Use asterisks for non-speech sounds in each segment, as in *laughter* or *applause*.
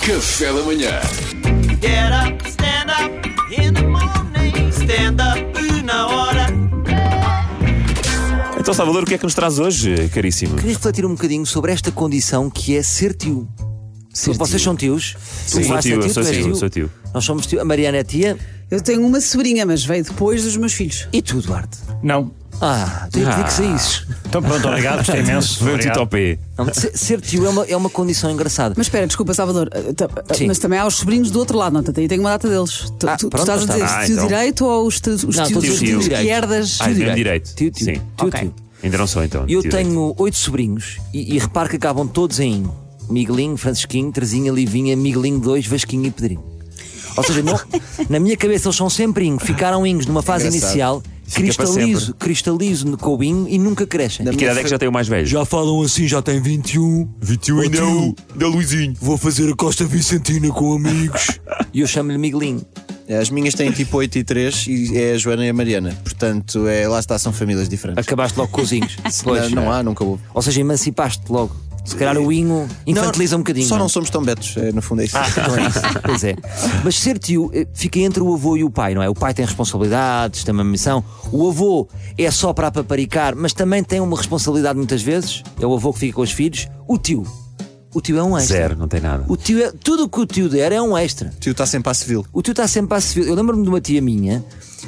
Café da manhã. Get up, stand up in the morning. Stand up na hora. Então, Salvador, o que é que nos traz hoje, caríssimo? Queria refletir um bocadinho sobre esta condição que é ser tio. Vocês são tios? Sim, Tu sou vais ser tio, eu tu sou és tio, sou tio. Nós somos tio. A Mariana é tia Eu tenho uma sobrinha, mas veio depois dos meus filhos. e tu, Duarte. Não. Ah, tu é que dizer que saísses. Então pronto, obrigado, gostei imenso. Vem o Tito ao Obrigado. pé. Não, ser, ser tio é uma, é uma condição engraçada. Mas espera, desculpa, Salvador. eh, ta- eh, Sim. Mas também há os sobrinhos do outro lado, não? Portanto, aí tenho uma data deles. Tu, Ah, tu- tu pronto, estás a está. dizer Ah, tio então. direito ou os teus os Não, então tios, todos os os tios. tios esquerdas? Ah, Tio mesmo direito. Tio, tio. Sim. Tio, Ok. tio. Ainda não sou, então. Eu tio direito. tenho oito sobrinhos e, e repare que acabam todos em inho. Miguelinho, Francisquinho, Terezinha, Livinha, Miguelinho 2, Vasquinho e Pedrinho. Ou seja, *laughs* não- na minha cabeça eles são sempre inho, ficaram ingos numa fase Engraçado. inicial, Fica para cristalizo, sempre. cristalizo no cobinho e nunca crescem. E que idade é que já tem o mais velho? Já falam assim, já tem 21. 21 ainda é o da Luizinho. Vou fazer a Costa Vicentina com amigos. e eu chamo-lhe Miguelinho. As minhas têm tipo 8 e 3 e é a Joana e a Mariana. Portanto, é, lá está, são famílias diferentes. Acabaste logo com os inhos. Não, não há, nunca houve. Ou seja, emancipaste-te logo. Se calhar o inho infantiliza Não, um bocadinho. Só não é? somos tão betos, é, no fundo é isso. *laughs* Então é isso, pois é. Mas ser tio eh, fica entre o avô e o pai, não é? O pai tem responsabilidades, tem uma missão. O avô é só para paparicar, mas também tem uma responsabilidade muitas vezes. É o avô que fica com os filhos. O tio. O tio é um extra. Zero, não tem nada. O tio é, tudo o que o tio der é um extra. O tio está sempre à civil. O tio está sempre a civil. Eu lembro-me de uma tia minha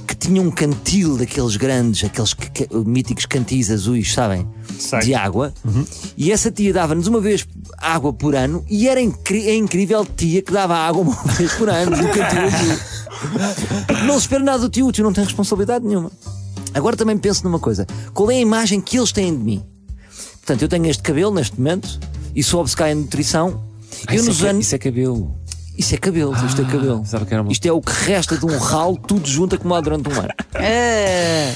que tinha um cantil daqueles grandes, aqueles que- que- míticos cantis azuis, sabem? Sei. De água. Uhum. E essa tia dava-nos uma vez água por ano e era incri- a incrível tia que dava água *laughs* uma vez por ano do cantil azul. Não se espera nada do tio, o tio não tem responsabilidade nenhuma. Agora também penso numa coisa: qual é a imagem que eles têm de mim? Portanto, eu tenho este cabelo neste momento e sou obcecado em nutrição. eu nos anos. Isso é cabelo. Isto é cabelo, isto é cabelo. pensava Ah, que era uma- Isto é o que resta de um ralo, tudo junto acumulado durante um ano. É.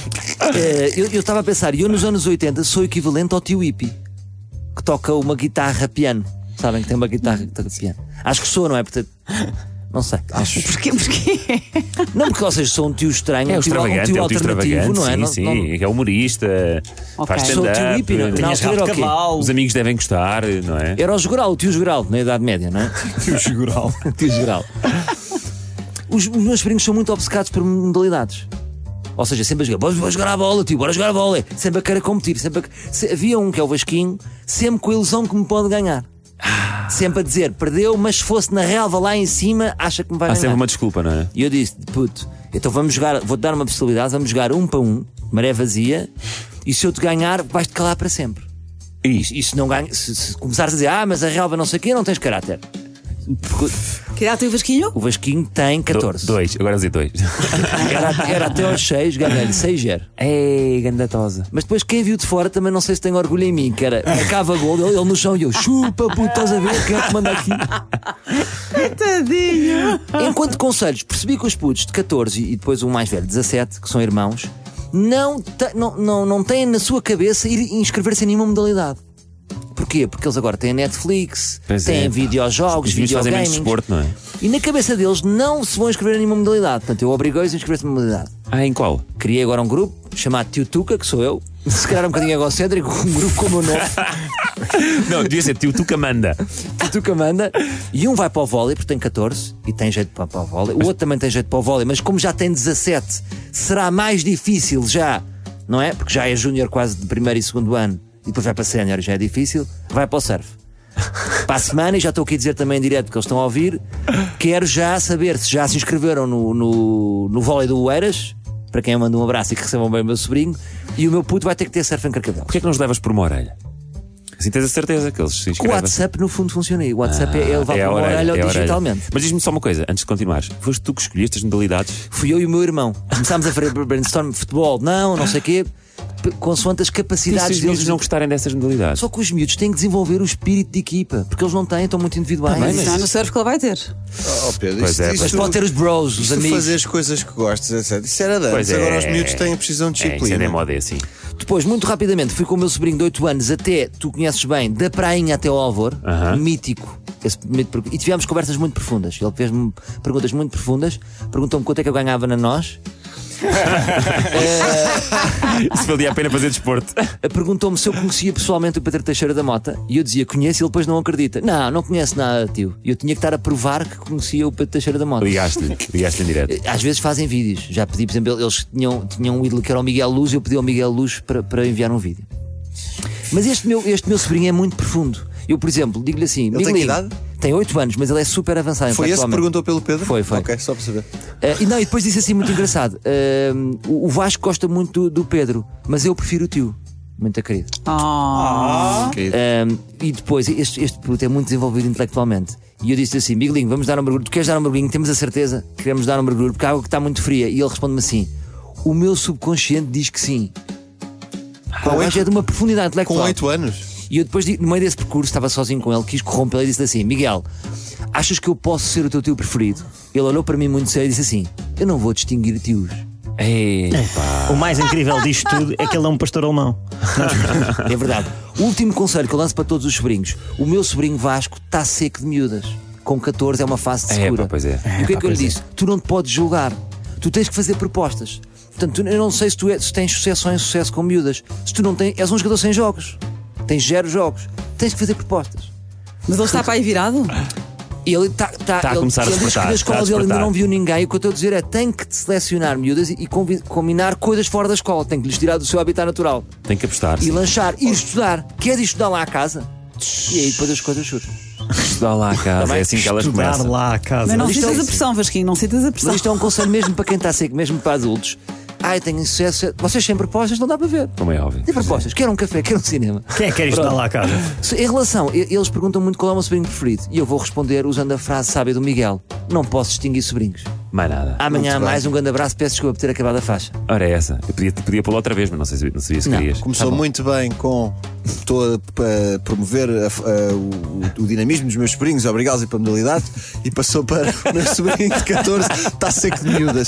Eh, eu eu estava a pensar, eu nos anos 80 sou equivalente ao tio Hippie, que toca uma guitarra piano. Sabem que tem uma guitarra que toca piano. Acho que sou, não é? Portanto, não sei. Ah. *laughs* Acho. Porquê? *laughs* Porquê? Não porque vocês são um tio estranho, É um o tio, um extravagante, tio é o tio alternativo, extravagante. não é? Sim, Não- sim. não- É humorista. Faz Ok. Sou o stand-up. tio hippie, não- é? na Tinhas altura era o rabo de quê? cavalo. Os amigos devem gostar, não é? Era o Jural, o tio Jural, na Idade Média, não é? Tio Segural. tio Jural. Os, os meus sobrinhos são muito obcecados por modalidades. Ou seja, sempre a jogar, bora, bora jogar a bola, tio, bora jogar a bola. É Sempre a querer competir. Sempre a- se- havia um que é o Vasquinho, sempre com a ilusão que me pode ganhar. Sempre a dizer, perdeu, mas se fosse na relva lá em cima, acha que me vai Há ganhar. sempre uma desculpa, não é? E eu disse, puto, então vamos jogar, vou-te dar uma possibilidade, vamos jogar um para um, maré vazia, e se eu te ganhar, vais-te calar para sempre. E, se- e se não ganha, se, se começares a dizer, ah, mas a relva não sei o quê, não tens caráter. Porque Que idade tem o Vasquinho? o Vasquinho tem 14. Do- Dois, agora dizer dois. Era, era até aos 6, ganhei-lhe 6 0 Ei, gandatosa. Mas depois quem viu de fora também não sei se tem orgulho em mim, que era acaba gol, ele, ele no chão e eu chupa, puto, estás a ver quem é que manda aqui? Tadinho. Enquanto conselhos, percebi que os putos de 14 e depois o mais velho, 17, que são irmãos, não, te- não, não, não têm na sua cabeça ir inscrever-se em nenhuma modalidade. Porquê? Porque eles agora têm Netflix, Pois têm é. videojogos, Os miúdos fazem menos videogames. desporto, não é? E na cabeça deles não se vão inscrever em nenhuma modalidade. Portanto, eu obriguei-os a inscrever-se numa modalidade. Ah, em qual? Criei agora um grupo chamado Tio Tuca, que sou eu. Se calhar um bocadinho egocêntrico, um grupo como o meu nome, Não, devia ser tio Tuca Manda. *laughs* Tio Tuca manda. E um vai para o vôlei, porque tem 14 e tem jeito para, para o vôlei. O outro também tem jeito para o vôlei, mas como já tem 17, será mais difícil já, não é? Porque já é júnior quase de primeiro e segundo ano e depois vai para sénior e já é difícil. Vai para o surf. Para a semana, e já estou aqui a dizer também em direto que eles estão a ouvir, quero já saber se já se inscreveram no, no, no vôlei do Oeiras, para quem eu mando um abraço e que recebam bem o meu sobrinho, e o meu puto vai ter que ter surf em Carcavelos. Porquê é que não os levas por uma orelha? Assim tens a certeza que eles se O inscrevem. WhatsApp, no fundo, funciona aí. O WhatsApp é levar para a uma orelha é a ou digitalmente. Mas diz-me só uma coisa, antes de continuares, foste tu que escolheste as modalidades? Fui eu e o meu irmão. Começámos a fazer brainstorm de futebol, não, não sei o quê, p- consoante as E se capacidades os miúdos deles. não gostarem dessas modalidades? Só que os miúdos têm que desenvolver o espírito de equipa, porque eles não têm, estão muito individuais. Tá bem, Está no surf que ele vai ter. Oh, Pedro, Pois isto, é, pois Mas isto- pode ter os bros, os isto de amigos. fazer as coisas que gostas, etc. Isso era de Pois antes, é. agora os miúdos têm precisão de É, isso é disciplina. da moda, é assim. *laughs* Depois, muito rapidamente, fui com o meu sobrinho de 8 anos até, tu conheces bem, da Prainha até ao Alvor, Aham. mítico. Esse momento per- e tivemos conversas muito profundas. Ele fez-me perguntas muito profundas, perguntou-me quanto é que eu ganhava na nós, Se valia a pena fazer desporto. perguntou-me se eu conhecia pessoalmente o Pedro Teixeira da Mota e eu dizia conheço e ele depois não acredita. Não, não conhece nada, tio. E eu tinha que estar a provar que conhecia o Pedro Teixeira da Mota. Ligaste-lhe, ligaste-lhe em direto. Às vezes fazem vídeos. Já pedi, por exemplo, eles tinham, tinham um ídolo que era o Miguel Luz e eu pedi ao Miguel Luz para, para enviar um vídeo. Mas este meu, este meu sobrinho é muito profundo. Eu, por exemplo, digo-lhe assim: tem que "Miguelinho, idade? Tem 8 anos, mas ele é super avançado. Foi esse que intelectualmente." perguntou pelo Pedro? Foi, foi. Ok, só para saber. Eh, e não, e depois disse assim muito engraçado: ehm, o o Vasco gosta muito do, do Pedro, mas eu prefiro o tio. Muito querido. Oh. Querido. Ahm, e depois, este, este puto é muito desenvolvido intelectualmente. E eu disse assim: Miguelinho, vamos dar um mergulho. Tu queres dar um mergulho? Temos a certeza? Queremos dar um mergulho porque a água que está muito fria. E ele responde-me assim: O meu subconsciente diz que sim. Com o gajo oito- é de uma profundidade Com intelectual. 8 anos? E eu depois, di- no meio desse percurso, estava sozinho com ele, quis corrompê-lo e disse assim: Miguel, achas que eu posso ser o teu tio preferido? Ele olhou para mim muito sério e disse assim: Eu não vou distinguir tios. O mais incrível disto tudo é que ele é um pastor alemão. É verdade. O último conselho que eu lanço para todos os sobrinhos: o meu sobrinho Vasco está seco de miúdas. Com 14 é uma fase de É, secura. pá, pois é. E o que é que eu lhe disse? Tu não te podes julgar. Tu tens que fazer propostas. Portanto, tu- eu não sei se tu é- se tens sucesso ou insucesso com miúdas. Se tu não tens. És um jogador sem jogos. Tens zero jogos. Tens que fazer propostas. Mas ele está para aí virado? Ele está Tá a começar a Ele diz que despertar, na tá escola a dele ainda despertar. não viu ninguém. E o que eu estou a dizer é: tem que selecionar miúdas e, e convi- combinar coisas fora da escola. Tem que lhes tirar do seu habitat natural. Tem que apostar. E sim. lanchar, ir estudar. Quer ir estudar lá à casa? E aí depois as coisas surgem. Estudar lá a casa. É assim que elas Estudar começam. lá a casa. Mas não Isto sintas é- a pressão, Vasquinho, não sintas a pressão. Mas isto é um conselho mesmo para quem está seco, mesmo para adultos. Ai, tenho sucesso. Vocês sem propostas não dá para ver. Como é óbvio. Tem propostas. Quer um café, quer um cinema. Quem é que quer estudar lá a casa? Se- Em relação, e- eles perguntam muito qual é o meu sobrinho preferido. E eu vou responder usando a frase sábia do Miguel: Não posso distinguir sobrinhos. Mais nada. Amanhã há Muito bem. mais um grande abraço. Peço desculpa por ter acabado a faixa. Ora, é essa. Eu podia, podia pô-la outra vez, mas não, sei, se- não sabia se Não. querias. Começou muito bem com. Estou a p- a promover a f- a- o, o dinamismo dos meus sobrinhos, obrigá-los e para a modalidade, e passou para *laughs* o meu sobrinho de 14, está seco de miúdas.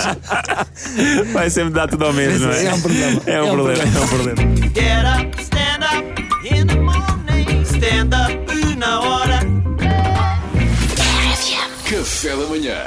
Vai sempre dar tudo ao mesmo, não é? É um problema. *laughs* É um É um problema, é um problema. Get up, stand up in the morning. Stand up, una hora. Café da manhã.